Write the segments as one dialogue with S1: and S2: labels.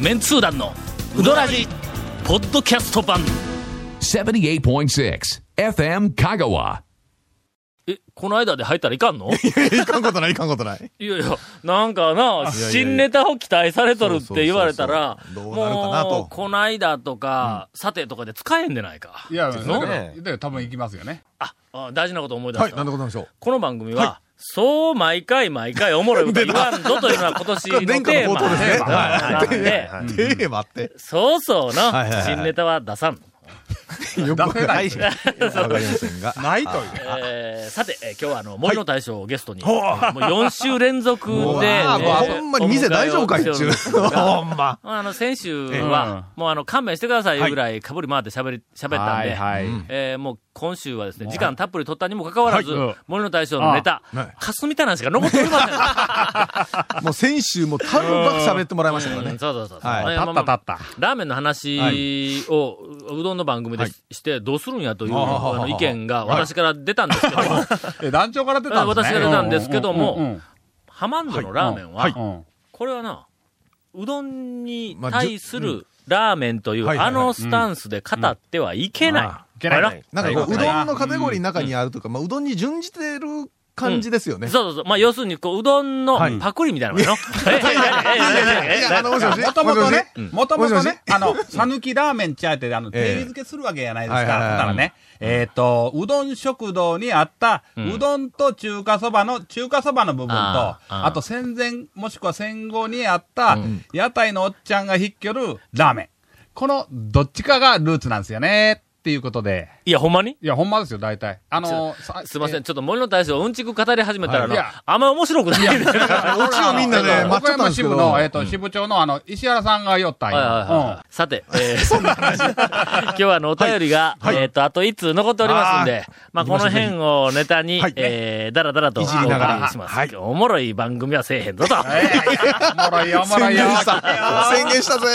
S1: メンツー団のウドラジポッドキャスト版
S2: 78.6 FM Kagawa.
S1: えこの間で入ったらいかんの
S3: いかんことない、いかんことない。
S1: いやいやなんかな新ネタを期待されとるって言われたら
S3: そうそうそうそうどうなるかなと
S1: もうこの間とか、さてとかで使えんでないか
S4: いや、だ
S1: の
S4: から、だから多分行きますよね。
S1: ああ大事なこと思い出
S3: は
S1: し
S3: い、
S1: た、
S3: なんでございま しょう。
S1: この番組は、そう毎回毎回おもろい こと言わんぞというのは今年の
S3: 前回
S1: テー
S3: の
S1: マ
S3: 冒頭ですね。
S1: なんで、
S3: はい。テーマって。
S1: そうそうの
S3: いはいはい
S1: 新ネタは出さん。
S3: よくわかり
S4: な
S3: ま
S4: い
S3: せんが。
S4: ないという。
S1: えーさて、えー今日はあの森の大将をゲストに、もう4週連続で、
S3: うわ
S1: え
S3: ーもう
S1: ー
S3: ほんまに店大丈夫かいっちゅう。
S1: お迎えをしておりますが
S3: ほんま。
S1: まああの先週は、もうあの勘弁してくださいいうぐらいかぶり回ってしゃべりしゃべったんで、えーもう今週はですね時間たっぷり取ったにもかかわらず、森の大将のネタ
S3: はい、
S1: かすみたなんしか残 っておりません。
S3: もう先週もたるばく喋ってもらいましたから
S1: うん
S3: ね。
S1: そうそうそうそう。
S3: はい
S1: まあまあラーメンの話を、ううどんの番組でしして、どうするんやという、
S3: あ
S1: あの意見が私から出たんですけども、
S4: え、団長から出たんですね。
S1: 私が出たんですけども
S4: うんうんうん
S1: ハマンドのラーメンは、
S4: うんうん
S1: これはな、うどんに
S3: まあじゅ
S1: 対するラーメンという、
S3: はいはい
S1: あ
S3: はい
S1: のスタンスで語ってはいけない。
S4: いけない
S1: あら
S3: なんかこう、うどんのカテゴリーの中にあるとか、まあ、うどんに準じてる感じですよね。
S1: そうそうそう。まあ、要するに、こう、うどんの
S3: はい
S1: パクリみたいなのかなええええええええええ
S3: いや、あの、もしもし
S4: もともとね、
S3: もしもし
S4: もとも
S3: も
S4: と
S3: しもし
S4: ね、あの、さぬきラーメンちゃうて、あの、定義付けするわけじゃないですか。
S3: ええ
S4: だ
S3: はいはいはい
S4: からね、えっと、うどん食堂にあった、うどんと中華そばの、中華そばの部分と、
S1: あーあー
S4: あと戦前、もしくは戦後にあった、屋台のおっちゃんがひっきょるラーメン。この、どっちかがルーツなんですよね、っていうことで。
S1: いや、ほんまに
S4: いや、ほんまですよ、大体。あのー、さ
S1: すいませ
S4: え
S1: ん。ちょっと森の大将、うんちく語り始めたら
S4: はいいや
S1: な、あんま面白くないんだよな。
S4: ー
S3: オチをみんな
S4: あ
S3: ね、
S4: の
S3: 待っちゃっ
S4: 岡
S3: たんで
S4: 山
S3: すけ
S4: 支部の、えっ
S3: ど。
S4: と、支部長の、あの、石原さんが寄ったんよ
S1: はいはいはいはいさて、えー今日はあの、お便り が、えっと、あと1通残っておりますんで、まあ、この辺をネタに
S3: はい、
S1: えー、だらだらとお
S3: いじ
S1: 送
S3: り
S1: り
S3: ながら
S1: します。おもろい番組はせえへんぞと。
S4: うんええおもろいよ、おもろ
S3: 宣
S4: いよ
S3: 言。した。宣言したぜ。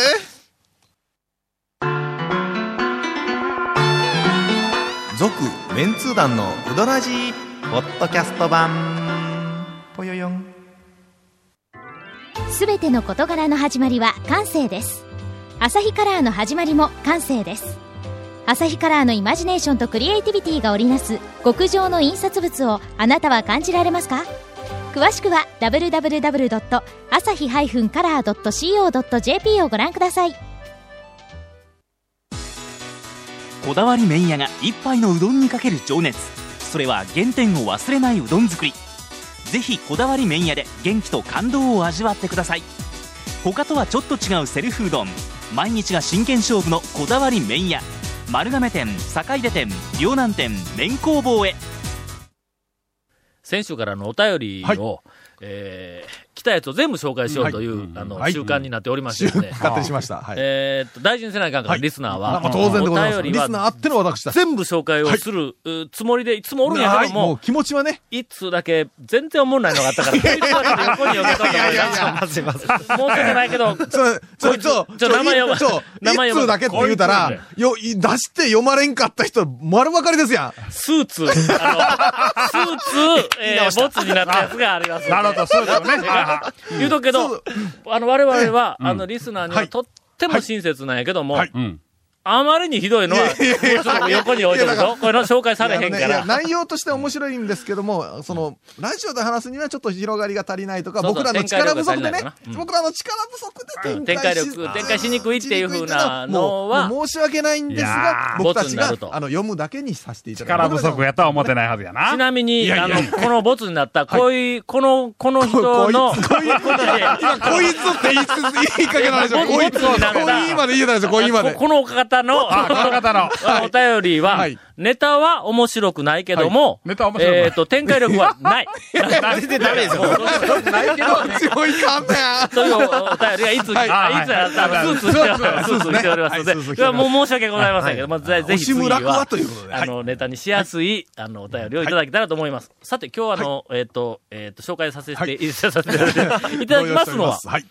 S5: 続メンツー団のウドラジーポッドキャスト版ぽよよん
S6: すべての事柄の始まりは感性ですアサヒカラーの始まりも感性ですアサヒカラーのイマジネーションとクリエイティビティが織りなす極上の印刷物をあなたは感じられますか詳しくは www.asahi-color.co.jp をご覧ください
S7: こだわり麺屋が一杯のうどんにかける情熱それは原点を忘れないうどん作りぜひこだわり麺屋で元気と感動を味わってください他とはちょっと違うセルフうどん毎日が真剣勝負のこだわり麺屋丸亀店坂出店両南店麺工房へ
S1: 先週からのお便りを、えー、来たやつを全部紹介しようという、あの、
S3: はい
S1: 習慣になっておりましてですね。
S3: 勝手にしました。はい。
S1: えーっと、大事にせないかんから、リスナー
S3: なん
S1: は
S3: か、当然でございま
S1: お
S3: す。
S1: 便
S3: リ
S1: り
S3: スナーあ
S1: は、
S3: っての私だ。
S1: 全部紹介をするうつもりでいつもおるんやけど
S3: はいも
S1: も
S3: う、気持ちはね。
S1: 一通だけ全然おもんないのがあったから、一通だけ横に避けとったから、申し訳ないけど、
S3: ちょ、ちょ、ちょ、
S1: ちょ名前読ま
S3: ちょ、
S1: 名前読
S3: 一
S1: ま
S3: 通だけって言うたら、よ、い出して読まれんかった人、丸分かりですやん。
S1: スーツ、あの、スーツ、えー、ボツになったやつがあります。
S4: なるほど、そうですよね。はいは
S1: 言うとくけど、あの、我々は、あの、リスナーには
S3: はい
S1: とっても親切なんやけども、
S4: いうん。
S1: あまりにひどいのは、もうちょっと横に置いてる
S3: いやだ
S1: ぞ。これの紹介されへん
S3: い
S1: か
S3: やあのねいや
S1: ら。
S3: 内容としては面白いんですけども、その、ラジオで話すにはちょっと広がりが足りないとか、
S1: そうそう
S3: 僕らの力不足で
S1: 展開力が足りな
S3: ね
S1: いかなう、ん
S3: 僕らの力不足で
S1: 展
S3: 展
S1: 開
S3: 開し
S1: 力、展開しにくいっていうふうなの
S3: もう
S1: は、
S3: もう申し訳ないんです
S4: い
S3: が
S4: や、
S1: ー
S3: 僕たち
S1: ボツにな
S3: が
S1: ると
S3: あの読むだけにさせていただ
S4: 力不足
S3: や。
S4: やとは思ってないはずやな。
S1: ちなみに、
S4: いやいや
S1: あ
S4: いや
S1: の、このボツになった、こういう、この、この
S3: こ
S1: 人
S3: い
S1: の、
S3: つ、こいつ、今、こいつって言いつつ言いかけられちゃう。
S1: ボツ
S3: こいつ、
S1: ボツになった
S3: こいまで言えたんですよ、こいまで
S1: こ。このお方の、
S4: あ、この方の。
S1: お便りは、
S3: はい
S1: ネタは面白くないけども、
S4: いネタは面白くない
S1: えっ、と、展開力はない。
S4: 全然ダメですよ。ないけど、
S3: 強いかんね
S1: というお便りがいつ、あいつあのスーツしております。スーツしておりますので、
S3: スーツねはいスーツ着
S1: い
S3: てお
S1: や
S3: ります
S1: もう申し訳ございませんけど、まあ、ぜぜひ
S3: 押
S1: 次
S3: 村
S1: は
S3: は、ということで。
S1: あの、ネタにしやすい、あの、お便りをいただけたらと思います。さて、今日はあの、えっ、と、えっ、と、紹介させて、
S3: はい
S1: い、させていただきますのは、
S3: はい。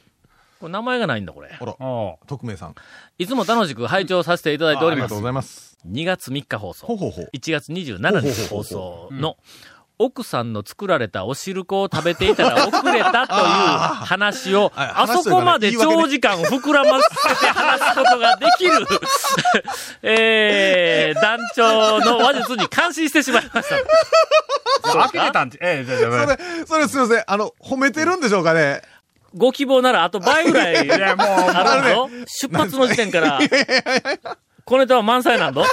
S1: これ名前がないんだ、これ。
S3: ほら、
S4: おう
S3: 匿名さん。
S1: いつも楽しく拝聴させていただいております。
S3: ざいます。
S1: 2月3日放送。
S3: ほうほうほう。
S1: 1月27日放送の、奥さんの作られたお汁粉を食べていたら遅れたという話を、あそこまで長時間膨らませて話すことができる、 えー、団長の話術に感心してしまいました。
S4: あきれたんち、ええじゃあじゃあ
S3: それ、それすいません。あの、褒めてるんでしょうかね
S1: ご希望ならあと倍ぐらい
S4: いや、もう、
S1: あるぞ。出発の時点から。このネタは満載なんだ。い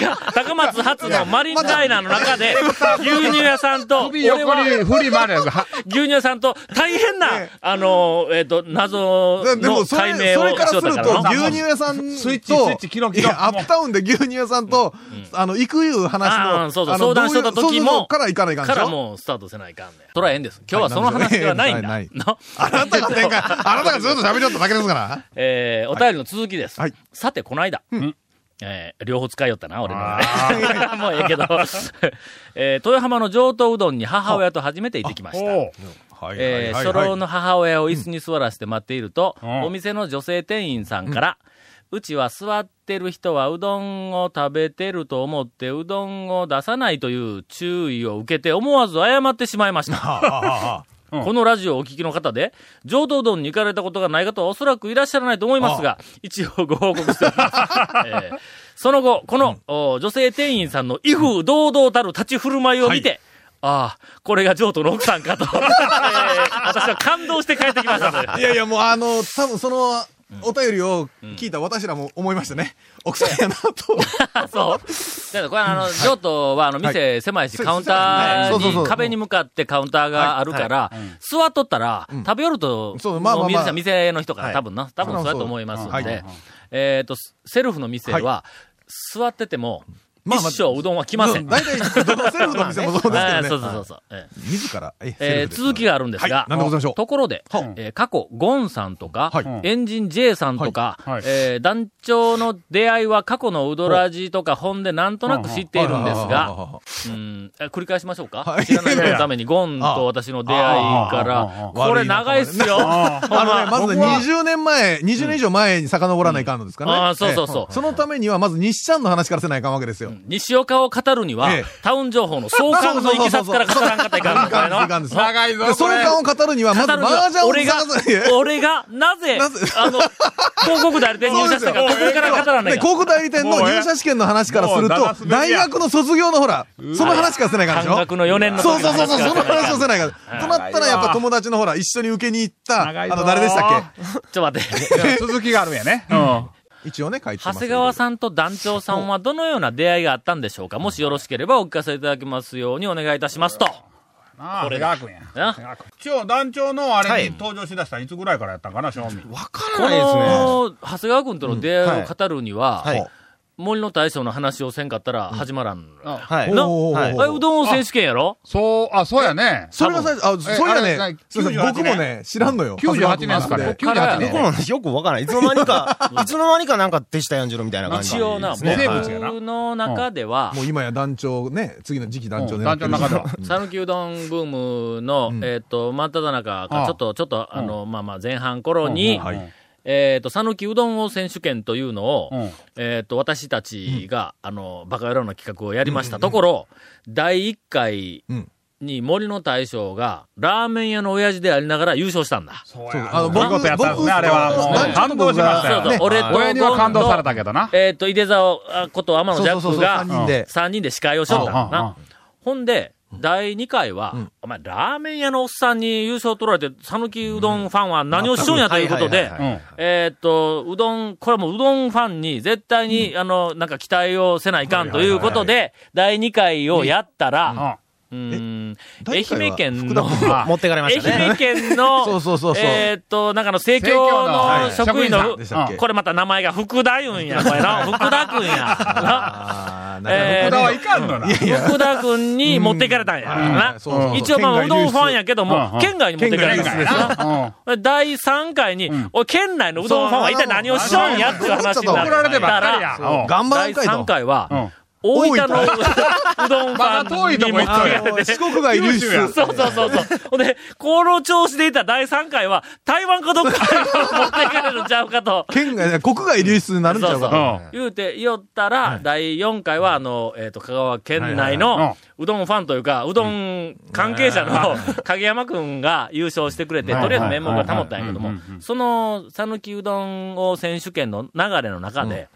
S1: や高松発のマリンダイナーの中で、牛乳屋さんと、
S4: 首横に
S1: 俺は
S4: 振り回るやつは
S1: 牛乳屋さんと大変な、あの、えっ、と、謎
S3: ででも
S1: の
S3: そ
S1: 解
S3: れ
S1: 明
S3: そ
S1: を
S3: れ
S1: し
S3: からす
S1: よ
S3: る
S1: うと
S3: と
S1: したからな。
S3: 牛乳屋さんと
S4: スイッチスイッチキロキロ
S3: いやアップタウンで牛乳屋さんと、あの行くいう話の
S1: ああそうそう
S3: あの
S1: 相談しとった時も
S3: どういうそうそうから行かないかんで
S1: か
S3: し
S1: ら
S3: ょ
S1: もうスタートせないかんねん。そらええんです。今日はその話ではないんだ。
S3: はい
S1: の
S3: あなたが展開あなたがずっと喋りよっただけですから
S1: えーお便りの続きです。
S3: はい
S1: さて、この間。えー両方使いよったな、俺
S4: あ
S1: の。 もうえ えけど。えー豊浜の上等うどんに母親と初めて行ってきました。
S4: おう
S5: はい
S1: えー、初老の母親を椅子に座らせて待っていると、
S4: うん
S1: お店の女性店員さんから、うちは座ってる人はうどんを食べてると思ってうどんを出さないという注意を受けて思わず謝ってしまいま した。
S4: うん
S1: このラジオをお聞きの方で、上等うどんに行かれたことがない方はおそらくいらっしゃらないと思いますが、一応ご報告しておきます。 えーその後、この、お女性店員さんの威風堂々たる立ち振る舞いを見て、ああ、これが譲渡の奥さんかと、 えー私は感動して帰ってきましたので
S3: いやいやもうあの多分そのお便りを聞いた私らも思いましたね奥さんやなと
S1: あそう。だからこれあの、譲渡はあの、店狭いし、カウンタ
S3: そうそう
S1: ー
S3: そ
S1: に
S3: う
S1: 壁に向かってカウンターがあるから、座っとったら、食べよると、
S3: そうまあまあまあ
S1: もう皆さん店の人から
S3: はい
S1: 多分な、多分そうやと思います
S3: は
S1: ん
S3: い
S1: で、えっと、セルフの店は、座ってても、
S3: まあまあ
S1: 一生うどんは来ません。
S3: 大体どのセルフの店 もそうですけ
S1: あ
S3: ど
S1: あ
S3: ね
S1: そうそうそうそう。ええ
S3: 自らえセ
S1: えー
S3: ルフで
S1: 続きがあるんですが、
S3: 何でございましょう
S1: ところで、えー過去、ゴンさんとか、エンジン J さんとか、
S4: はいはい
S1: えー団長の出会いは過去のウドラジとか本でなんとなく知っているんですが、
S3: は
S1: うんえ繰り返しましょうか、
S3: はい
S1: 知らない人のためにゴンと私の出会いか
S4: あああ
S1: ら
S4: あ、
S1: これ長いっすよ。
S4: あ
S1: ほ
S3: あ
S1: ん
S3: のね、
S1: ま
S3: まずね、20年前、20年以上前に遡らないかんのですからね。
S1: うんあーそうそうそう
S3: ええそのためには、まず西ちゃんの話からせないかんわけですよ。
S1: 西岡を語るには、
S3: ええ
S1: タウン情報の相関のいきさつから語らんかったらいかんみたいな。
S3: かんです。で
S4: 長いぞ、
S3: そ
S4: こ
S3: の
S4: れ。
S3: 間を語るには、まず
S1: 語るには
S3: 麻雀を
S1: 俺が
S3: 探さない、
S1: 俺が、なぜ、
S3: なぜ
S1: あの、広告代理店に入社したか、こ
S4: そうですよ
S1: こから語らない
S3: で、
S1: かん。
S3: 広告代理店の入社試験の話からする
S4: もうもう七
S3: と、
S4: 滑
S3: 大
S4: りや
S3: 学の卒業のほら、その話からせないかんでし
S1: 半
S3: ょ
S1: 額の4年の
S3: そう
S1: 時の
S3: そうそう
S1: 話
S3: そう、
S1: から
S3: その話をせないかん。
S1: ん
S3: となったら、やっぱ友達のほら、一緒に受けに行った、
S4: 長
S3: あ
S4: いぞ
S3: の、誰でしたっ
S1: ちょっと待って。
S4: 続きがあるんやね。うん。
S3: け一応ね、書いてま
S1: 長
S3: す。
S1: 谷川さんと団長さんはどのような出会いがあったんでしょうかもしよろしければお聞かせいただきますようにお願いいたしますと。
S4: あ
S1: こ
S4: あ、こ
S1: れ
S4: れ
S1: だ
S4: がくんや。
S1: な
S4: 一応、団長のあれに登場しだしたらいつぐらいからやったんかな、正味。
S1: この、長谷川君との出会いを語るには、
S5: はいはい
S1: 森の大将の話をせんかったら始まらん。あ
S5: はい。
S1: な
S3: おー
S5: はい
S1: れうどん選手権やろ
S4: そう、あ、そうやね。
S3: それが最初、あ、そういや
S4: えあれ
S3: ね、すいません
S4: 98
S3: 僕もね、知らんのよ。
S4: 98年ですかね。
S1: こっか
S5: ど
S1: ら
S4: 98年
S5: こ。なんですよくわからない。いつの間に か、いつの間にかなんか手下四十郎みたいな感じ
S1: 一応な、
S5: です
S1: 僕
S5: ね。
S4: 名
S5: は
S4: 物
S5: い
S4: やな
S1: の中では、
S3: もう今や団長ね、次の次期団長
S4: うん
S3: 狙っ
S4: 団
S3: て
S4: 長
S3: る
S4: の中では。
S1: 讃岐うどんブームの、えっ、と、真っ只中
S4: あ
S1: か、
S4: あ
S1: ちょっと、ちょっと、あの、まあまあ、前半頃に、
S4: うんうんはい
S1: えっ、と、讃岐うどんを選手権というのを、
S4: うん
S1: えっ、と、私たちが、あの、バカ野郎の企画をやりましたところ、第1回
S3: うん
S1: に森の大将が、ラーメン屋の親父でありながら優勝したんだ。
S4: そう
S3: そう
S4: や。
S3: あの
S4: 僕
S3: 僕
S4: ことやったんです
S3: 僕
S4: ね、あれは。も
S3: 団長の
S4: う、感動しましたよ
S3: 僕が
S4: ね
S3: ね。
S1: 俺と、
S4: 親には感動されたけどな。
S1: えっ、と、井出沢あこと天野ジャックが、
S3: 三人で。
S1: 3人で司会をしとったんだ
S4: うんうんう。
S1: なんほんで、第2回は、お前、ラーメン屋のおっさんに優勝取られて、讃岐うどんファンは何をしとんやということ
S5: はい
S1: で
S5: はい、
S4: うん。
S1: えーっと、うどん、これはもううどんファンに絶対に、あの、なんか期待をせないかんということで、第2回をやったら、
S4: あ
S1: うーん愛
S3: 第二回は
S1: 媛県
S3: 福
S1: の
S3: 田、君
S5: 持ってかれま
S1: 愛
S5: したね。
S1: 媛県の、
S3: そうそうそうそう
S1: えーっと、なんかの、政
S4: 盛況
S1: 教の
S4: の
S1: 職員の
S4: 職員さんでし、
S3: たっけ
S1: これまた名前が福田言うんや、これな。福田君や。
S3: あー
S1: なえ
S4: 福田はいかんのな。
S1: 福田君に持っていかれたんや。な
S3: そうそうそう
S1: 一応まあ、うどんファンやけど
S4: うんう
S1: も、
S4: ん
S1: 県外に持っていかれたんやな。
S4: うん。
S1: 第3回に、おい県内のうどんファンは一体何をしようんやっていう話にな
S4: 怒られてばっかり
S1: ら、
S4: や。
S3: 頑張ら
S1: 第
S3: んかい
S1: 3
S3: と。
S1: 回は、
S4: うん
S1: 大分のうどんファン
S4: まだ遠いとこ行ったんや
S1: に向けて
S3: 四国がいる
S4: 九州や
S1: そうそうそうそう。ほんで、この調子でいた第3回は、台湾かどっかに持っていかれるんちゃうかと。
S3: 県外、国外流出になるんちゃう
S1: そう
S3: か
S1: 言うて、言おったら、第4回は、あの、えっ、と、香川県内
S4: はいはいは
S1: の
S4: い、
S1: うどんファンというか、うどん関係者の 影山くんが優勝してくれて、
S4: はい
S1: と
S4: はい
S1: り
S4: は
S1: あえ
S4: い
S1: ず面目が保ったんやけど
S4: う
S1: も
S4: んうんう、ん
S1: その、讃岐うどんを選手権の流れの中で、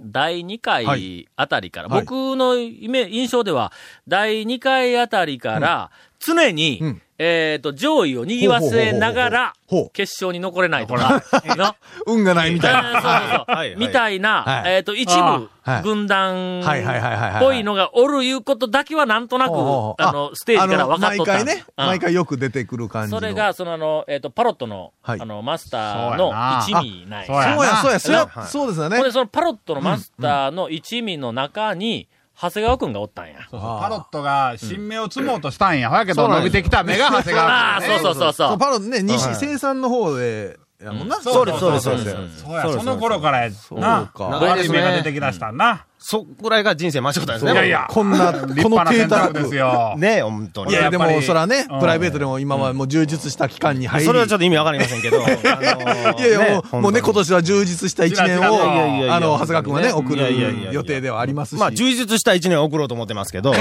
S1: 第2
S3: は
S1: 回あたりから、
S3: はい
S1: 僕のイメ印象では、第2回あたりから、常に、
S3: うん
S1: えっ、と、上位を賑わせながら
S3: ほうほうほうほうほう、
S1: 決勝に残 れないとか、の
S3: 運がないみたいな。
S1: そうそうそう。みたいな、
S3: はい
S1: えっと、一部
S3: は、い
S1: 軍団
S3: はいはいはいはいはい
S1: っぽいのがおるいうことだけはなんとなく、
S3: ほうほう
S1: あの、ステージから分かっとった。
S3: あの毎回ね、
S1: うん
S3: 毎回よく出てくる感じの。
S1: それが、その、あの、えっと、パロットの、あ
S3: はい
S1: の、マスターの一味ない。
S4: そうやな
S3: そうや、そうや、そう
S4: な
S3: や、そうですよね
S1: ほん。で、そのパロットのマスターの一味の中に、長谷川くんがおったんや。
S4: そうそうパロットが新芽を摘もうとしたんや。ほやけど、伸びてきた芽が長谷
S1: あ
S4: 川
S1: あ、
S4: 君
S1: そ
S4: ね
S1: うそうそう
S3: そ
S1: そうう。
S3: パロね、西、生産の方で、やもんな。
S4: そうですそうです
S8: そうです
S3: そうです
S4: そうや、その頃からや
S3: そう
S4: な。
S3: か
S4: 悪い芽が出てきだしたんな。
S8: そぐらいが人生間違ったんですね。
S4: いやいや、
S3: こんな、こ
S4: 立
S3: の
S4: 派な
S3: 低
S4: 選
S3: たら
S4: 択
S3: く
S4: ですよ。
S8: ね本当
S3: い
S8: に。
S3: や、
S4: や
S3: で
S4: やっぱ
S3: も、
S4: り
S3: そらね
S4: うん、
S3: プライベートでも今はもう充実した期間に入り。
S8: それはちょっと意味わかりません けど。あのー
S3: いやいや、もう、もうね、今
S8: 本当に
S3: 年は充実した一年
S4: いやいや
S8: いやい
S3: を、
S8: や
S3: あの、長谷川くんはね、
S8: いやい
S3: 送
S8: やいやいやいや
S3: る予定ではありますし。
S8: まあ、充実した一年を送ろうと思ってますけど。は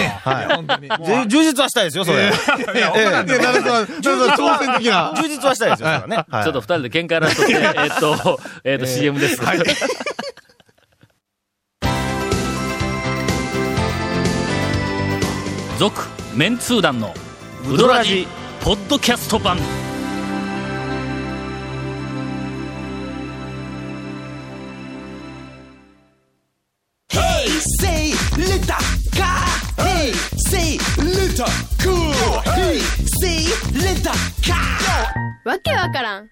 S3: 本当に。
S8: い。じゅ充実はしたいですよ、そ れ。
S4: いや、
S3: ええ、で、なんか、なんか挑戦的な。
S8: 充実はしたいですよ、それはね。はい
S1: ちょっと二人で喧嘩やらしとって、えっと、えっと、CM です。 続、メンツー団の、ウドラジ、ポッドキャスト版。
S9: わけわからん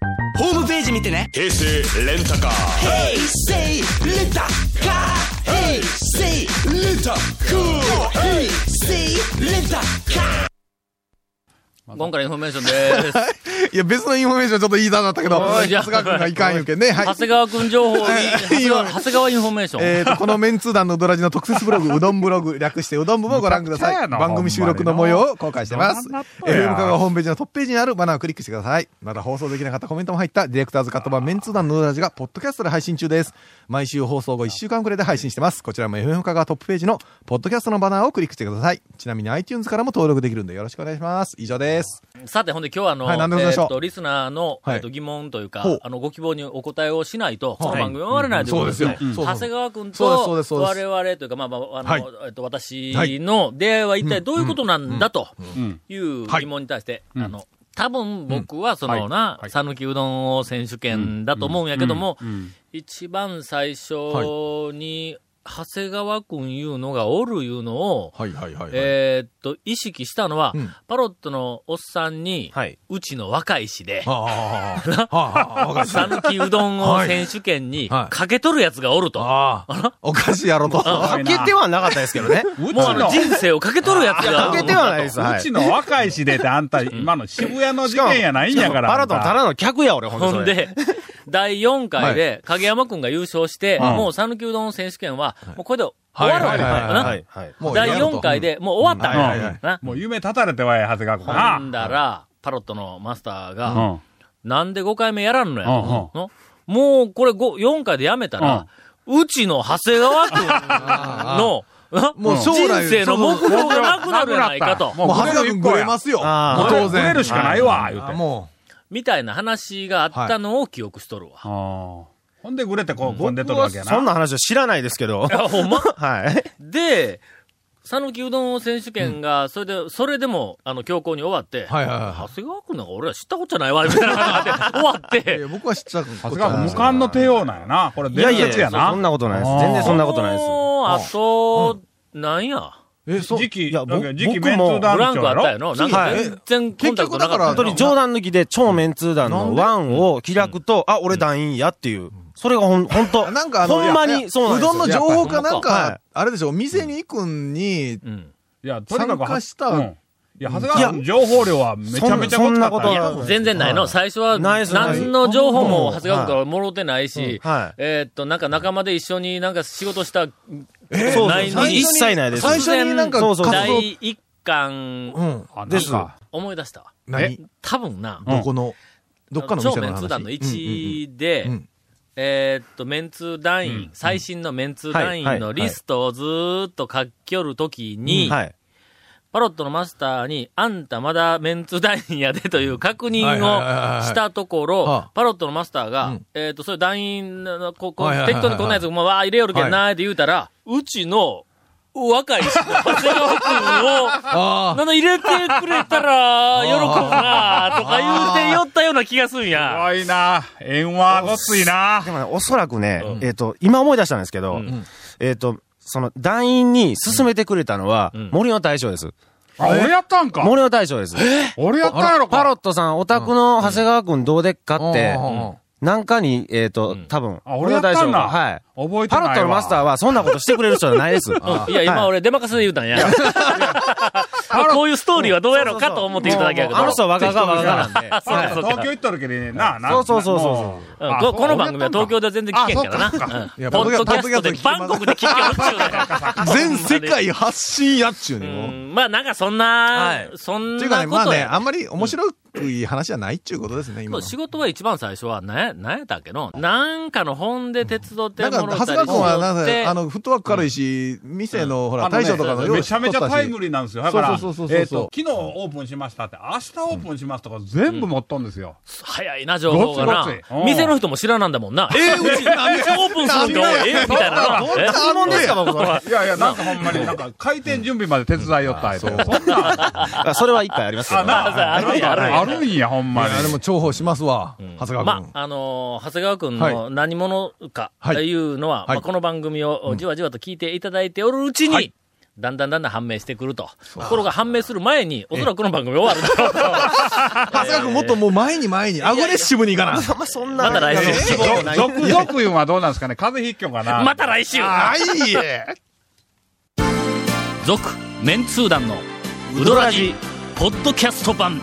S1: 今回のインフォメーションです。
S3: いや、別のインフォメーションちょっと言いたかったけど、
S1: おい
S3: 長谷川くんがいかんよけんね。はい
S1: 長。谷川くん情報に、長谷川長谷川インフォメーション。
S3: えーと、このメンツー団のドラジの特設ブ ログ、うどんブログ、略してうどん部もご覧ください。番組収録の模様を公開してます。FM カがホームページのトップページにあるバナーをクリックしてください。また放送できなかったコメントも入った、ディレクターズカット版メンツー団のドラジが、ポッドキャストで配信中です。毎週放送後1週間くらいで配信してます。こちらも FM カがトップページの、ポッドキャストのバナーをクリックしてください。ちなみに iTunes からも登録できるんでよろしくお願いします。以上です。
S1: さて、ほんで今日はあの、
S3: はい何でも
S1: え
S3: ございましょう
S1: ーっと、リスナーの、
S3: はい
S1: えーっと疑問というか
S3: ほう、
S1: あの、ご希望にお答えをしないと、この番組は終われないということです
S3: うん
S1: ね
S3: そう。ですようん
S1: 長谷川君
S3: そ
S1: と
S3: うです、そうですそう
S1: 我
S3: で
S1: 々というか、まあまあ、あの、
S3: はい
S1: えーっと、私の出会いは一体どういうことなんだと
S4: ん
S1: いう
S3: はい
S1: 疑問に対して、あの、多分僕はそのな、讃岐うどんを選手権だと思うんやけども、一番最初に、長谷川君いうのがおるいうのを、
S3: はいはいはい、
S1: えーっと、意識したのは、
S3: うん
S1: パロットのおっさんに、
S8: はい。
S1: うちの若い氏で、
S3: ああ、はあ、はあ、わかりました
S1: 讃岐うどんを選手権に
S3: はいはい
S1: かけとるやつがおると。
S3: ああ、おかしいやろと。
S8: かけてはなかったですけどね。
S4: うち
S1: もうあの
S4: の、
S1: 人生をかけとるやつが
S8: か
S1: おる
S8: けてはないです。は
S4: う
S8: い。
S4: ちの若いしでってあんた、今の渋谷の事件やないんやから。
S8: パラトンただの客や、俺、ほんと
S1: ほ
S8: そ
S1: ん
S8: れ。
S1: で、第4回で影山くんが優勝して、もう讃岐うどん選手権は、もうこれで終わろう
S3: はいはいはい
S1: な
S8: はい。はい。
S3: もう
S1: 第4回でもう終わったん
S4: はいはい
S1: や
S4: はい
S1: な
S4: もう夢立たれてわい、長谷川君な。
S1: ほんだら、パロットのマスター
S4: う
S1: が、
S4: ん。
S1: なんで5回目やらんのや。
S4: うんうん
S1: のもうこれ4回でやめたら、うちの長谷川くんの、な
S3: もう将来
S1: 人生の目標がなくなるやないかと。
S3: もう、長谷川くんぐれますよ。
S8: ああ
S3: もう当然。
S4: ぐれるしかないわ、言う
S3: あ
S4: て。
S3: も
S1: みたいな話があったのを記憶しとるわ。
S4: ああほんでぐれてこう、こんで
S8: 僕
S4: とるわ
S8: は
S4: けやな。
S8: そんな話は知らないですけど。
S1: いや、ほんま
S8: はい。
S1: で、讃岐うどん選手権が、それで、それでも、あの、強行に終わって、
S3: う。はいはいは
S1: 長谷川君なんか俺ら知ったことじゃないわ、みたいな感じで 終わっ
S3: い。い
S1: て
S3: や、、僕は知っちゃうかも。
S4: 長谷川君無冠の帝王なんやな。これ
S8: いや
S4: 伝
S8: いやい
S4: 説や
S8: や、
S4: な。
S8: そんなことないです
S4: あ。ー
S8: 全然そんなことないです。
S1: もう、あと、なんや、
S3: え、そう。
S4: 時期、
S8: いやぼ
S4: 時期
S8: 僕
S4: メン
S8: も
S1: ブ
S4: ツ
S1: ラ
S4: 団
S1: ン
S4: 長
S1: クあ
S4: や
S1: った
S4: ろ
S1: や。ろな
S3: そ
S1: ん
S3: う
S1: か
S3: はい
S1: 全然コンタクトなかった
S3: 結局だから
S1: よな
S8: 本当に冗談抜きで超メンツー団のワンを気楽と、あ、俺団員やっていう。それがほん、ほんと。
S3: なんかあの、
S8: ほんま
S3: いや
S8: に、そうなん
S3: う
S8: ですよ
S3: どんの情報かなん
S8: やっぱ
S3: か
S8: り、
S3: あれでしょ、店に行くんに、
S1: うん。
S4: いや、とにかく
S3: 参加した
S4: うんいや、長谷川君情報量はめちゃめちゃ
S8: そんな
S4: こ
S8: こ
S4: っちだ
S8: と
S4: ったんや
S8: は。
S1: 全然ないの。
S8: はい
S1: 最初は、
S8: ないですないです
S1: 何の情報も長谷川君からもろてない
S8: うん
S1: し、
S8: はい
S1: えーっと、なんか仲間で一緒になんか仕事した
S8: そう
S1: そう
S8: そう
S1: 最初に
S8: 一切ないです。
S3: 最初になんか
S8: そうそう
S3: 活動
S1: 第一巻、
S3: うん。
S4: あ
S8: です
S4: なんか
S1: 思い出したわ。
S3: 何
S1: 多分な、
S4: うん
S3: どこの、どっかの
S1: 超
S3: 店の
S1: メン
S3: 話。
S1: ツ団の
S3: うんうんうん
S1: 1位で、
S3: うん
S1: えーっと、メンツ団員、
S4: うん
S1: 最新のメンツ団
S8: は
S1: 員
S8: いは
S1: の
S8: い
S1: リストをずーっと書きよるときに、
S8: はい。
S1: パロットのマスターに、あんたまだメンツ団員やでという確認
S3: はいはいはいは
S1: を
S3: い
S1: したとこ
S3: は
S1: ろ
S3: あ、
S1: パロットのマスターが、
S3: うん
S1: えーっと、それ団員の、ここ、
S3: はいはいはいは
S1: 適当
S3: い
S1: にこんなやつ、まあ、わー入れよるけんなーって言うたら、うちの、若い人、長谷川君を、
S3: ああ。
S1: なんだ入れてくれたら、喜ぶなとか言うて酔ったような気がすん
S4: す
S1: や。
S4: ごいな縁はごっついな
S8: でもね、おそらくね、
S1: うん
S8: えっ、と、今思い出したんですけど、
S1: うん
S8: えっ、と、その、団員に勧めてくれたのは、
S1: うん
S8: 森の大将です。
S4: あ、俺やったんか。
S8: 森の大将です。
S4: 俺やったんやろ
S8: パロ
S4: か。
S8: ットさん、お宅の長谷川くんどうでっかって、なんかに、えっ、と、
S1: ん
S8: 多分、
S4: あ、俺やったんだ。
S8: がはい。
S4: 覚えて
S8: パ
S4: ない
S8: ロ
S4: わ。
S8: ットのマスターは、そんなことしてくれる人じゃない です。
S1: いや、今俺、出まかせで言うたんや。まあこういうストーリーはどうやろうかと思って言っただけやけど。
S8: もうあの人は若々なんで。
S1: あ そうかそうか
S4: 東京行っとるけどね、なあ、な
S8: そうそうそうそう
S4: も
S1: うん
S4: あ
S1: こ
S4: そう
S1: この番組は東京では全然聞けんから
S4: あそうかそう
S1: な。
S3: い
S1: うん
S3: や
S1: ポッドキャストで
S3: ポッ
S1: バン
S3: ドキャストで聞きます
S1: コクで聞けるっちゅうねん
S3: 全世界発信やっちゅう
S1: う
S3: ねんもう。
S1: んまあなんかそん
S8: は
S1: な、
S8: い
S1: そん
S3: っていうか
S1: な
S3: ね、ま
S1: こ
S3: あ
S1: と
S3: ね、
S1: や
S3: あんまり面白い話じゃないっちゅうことですね、今の。
S1: 仕事は一番最初は、なんや、なんやったっけのなんかの本で鉄道って
S3: なんか、
S1: もろ
S3: 長
S1: た
S3: 谷
S1: りし
S3: 川君は、
S1: よ
S3: な
S1: っ
S3: んか、
S1: て
S3: あの、フットワーク軽いし、店の、ほ
S4: あ
S3: ら、
S4: のね
S3: 大将とかの
S4: めちゃめちゃタイム
S3: リ
S4: リーなんですよ。だから、えっ
S3: そうそ
S4: と
S3: うそうそうそう
S4: 昨日オープンしましたって、明日オープンしますとか全部持っとんですよ。
S1: 早いな、情報がな
S4: ごついごつい。うん
S1: 店の人も知らなんだもんな。えー、うち、なんでオープンするんか、おいえー、みたいなの。え
S8: 質問ですか、僕そ
S4: いやいや、なんかほんまに、なんか開店準備まで手伝いよったりとそんな、
S8: れ。 それは一回ありますけど、
S1: なあるんやあるんや
S4: あるんや、ほんま
S3: あで
S4: に。
S3: も、重宝しますわ、長谷川
S1: ま
S3: 君。
S1: あ、あのー長谷川君
S3: は
S1: の何者か
S3: はい
S1: というのは、
S3: はい
S1: まあ、この番組をじわじわと聞いていただいておるうちに、
S3: はい
S1: だんだんだんだん判明してくると。ところが判明する前に、おそらくこの番組終わるだ ろうと。
S3: 長谷川君もっともう前に前に、アグレッシブにいかな。
S8: まあ、そん
S1: また来週
S4: 続々言うはどうなんですかね風邪ひっきょんかな。
S1: また来週
S4: いいえ。
S1: 続メンツー団のウドラジポッドキャスト版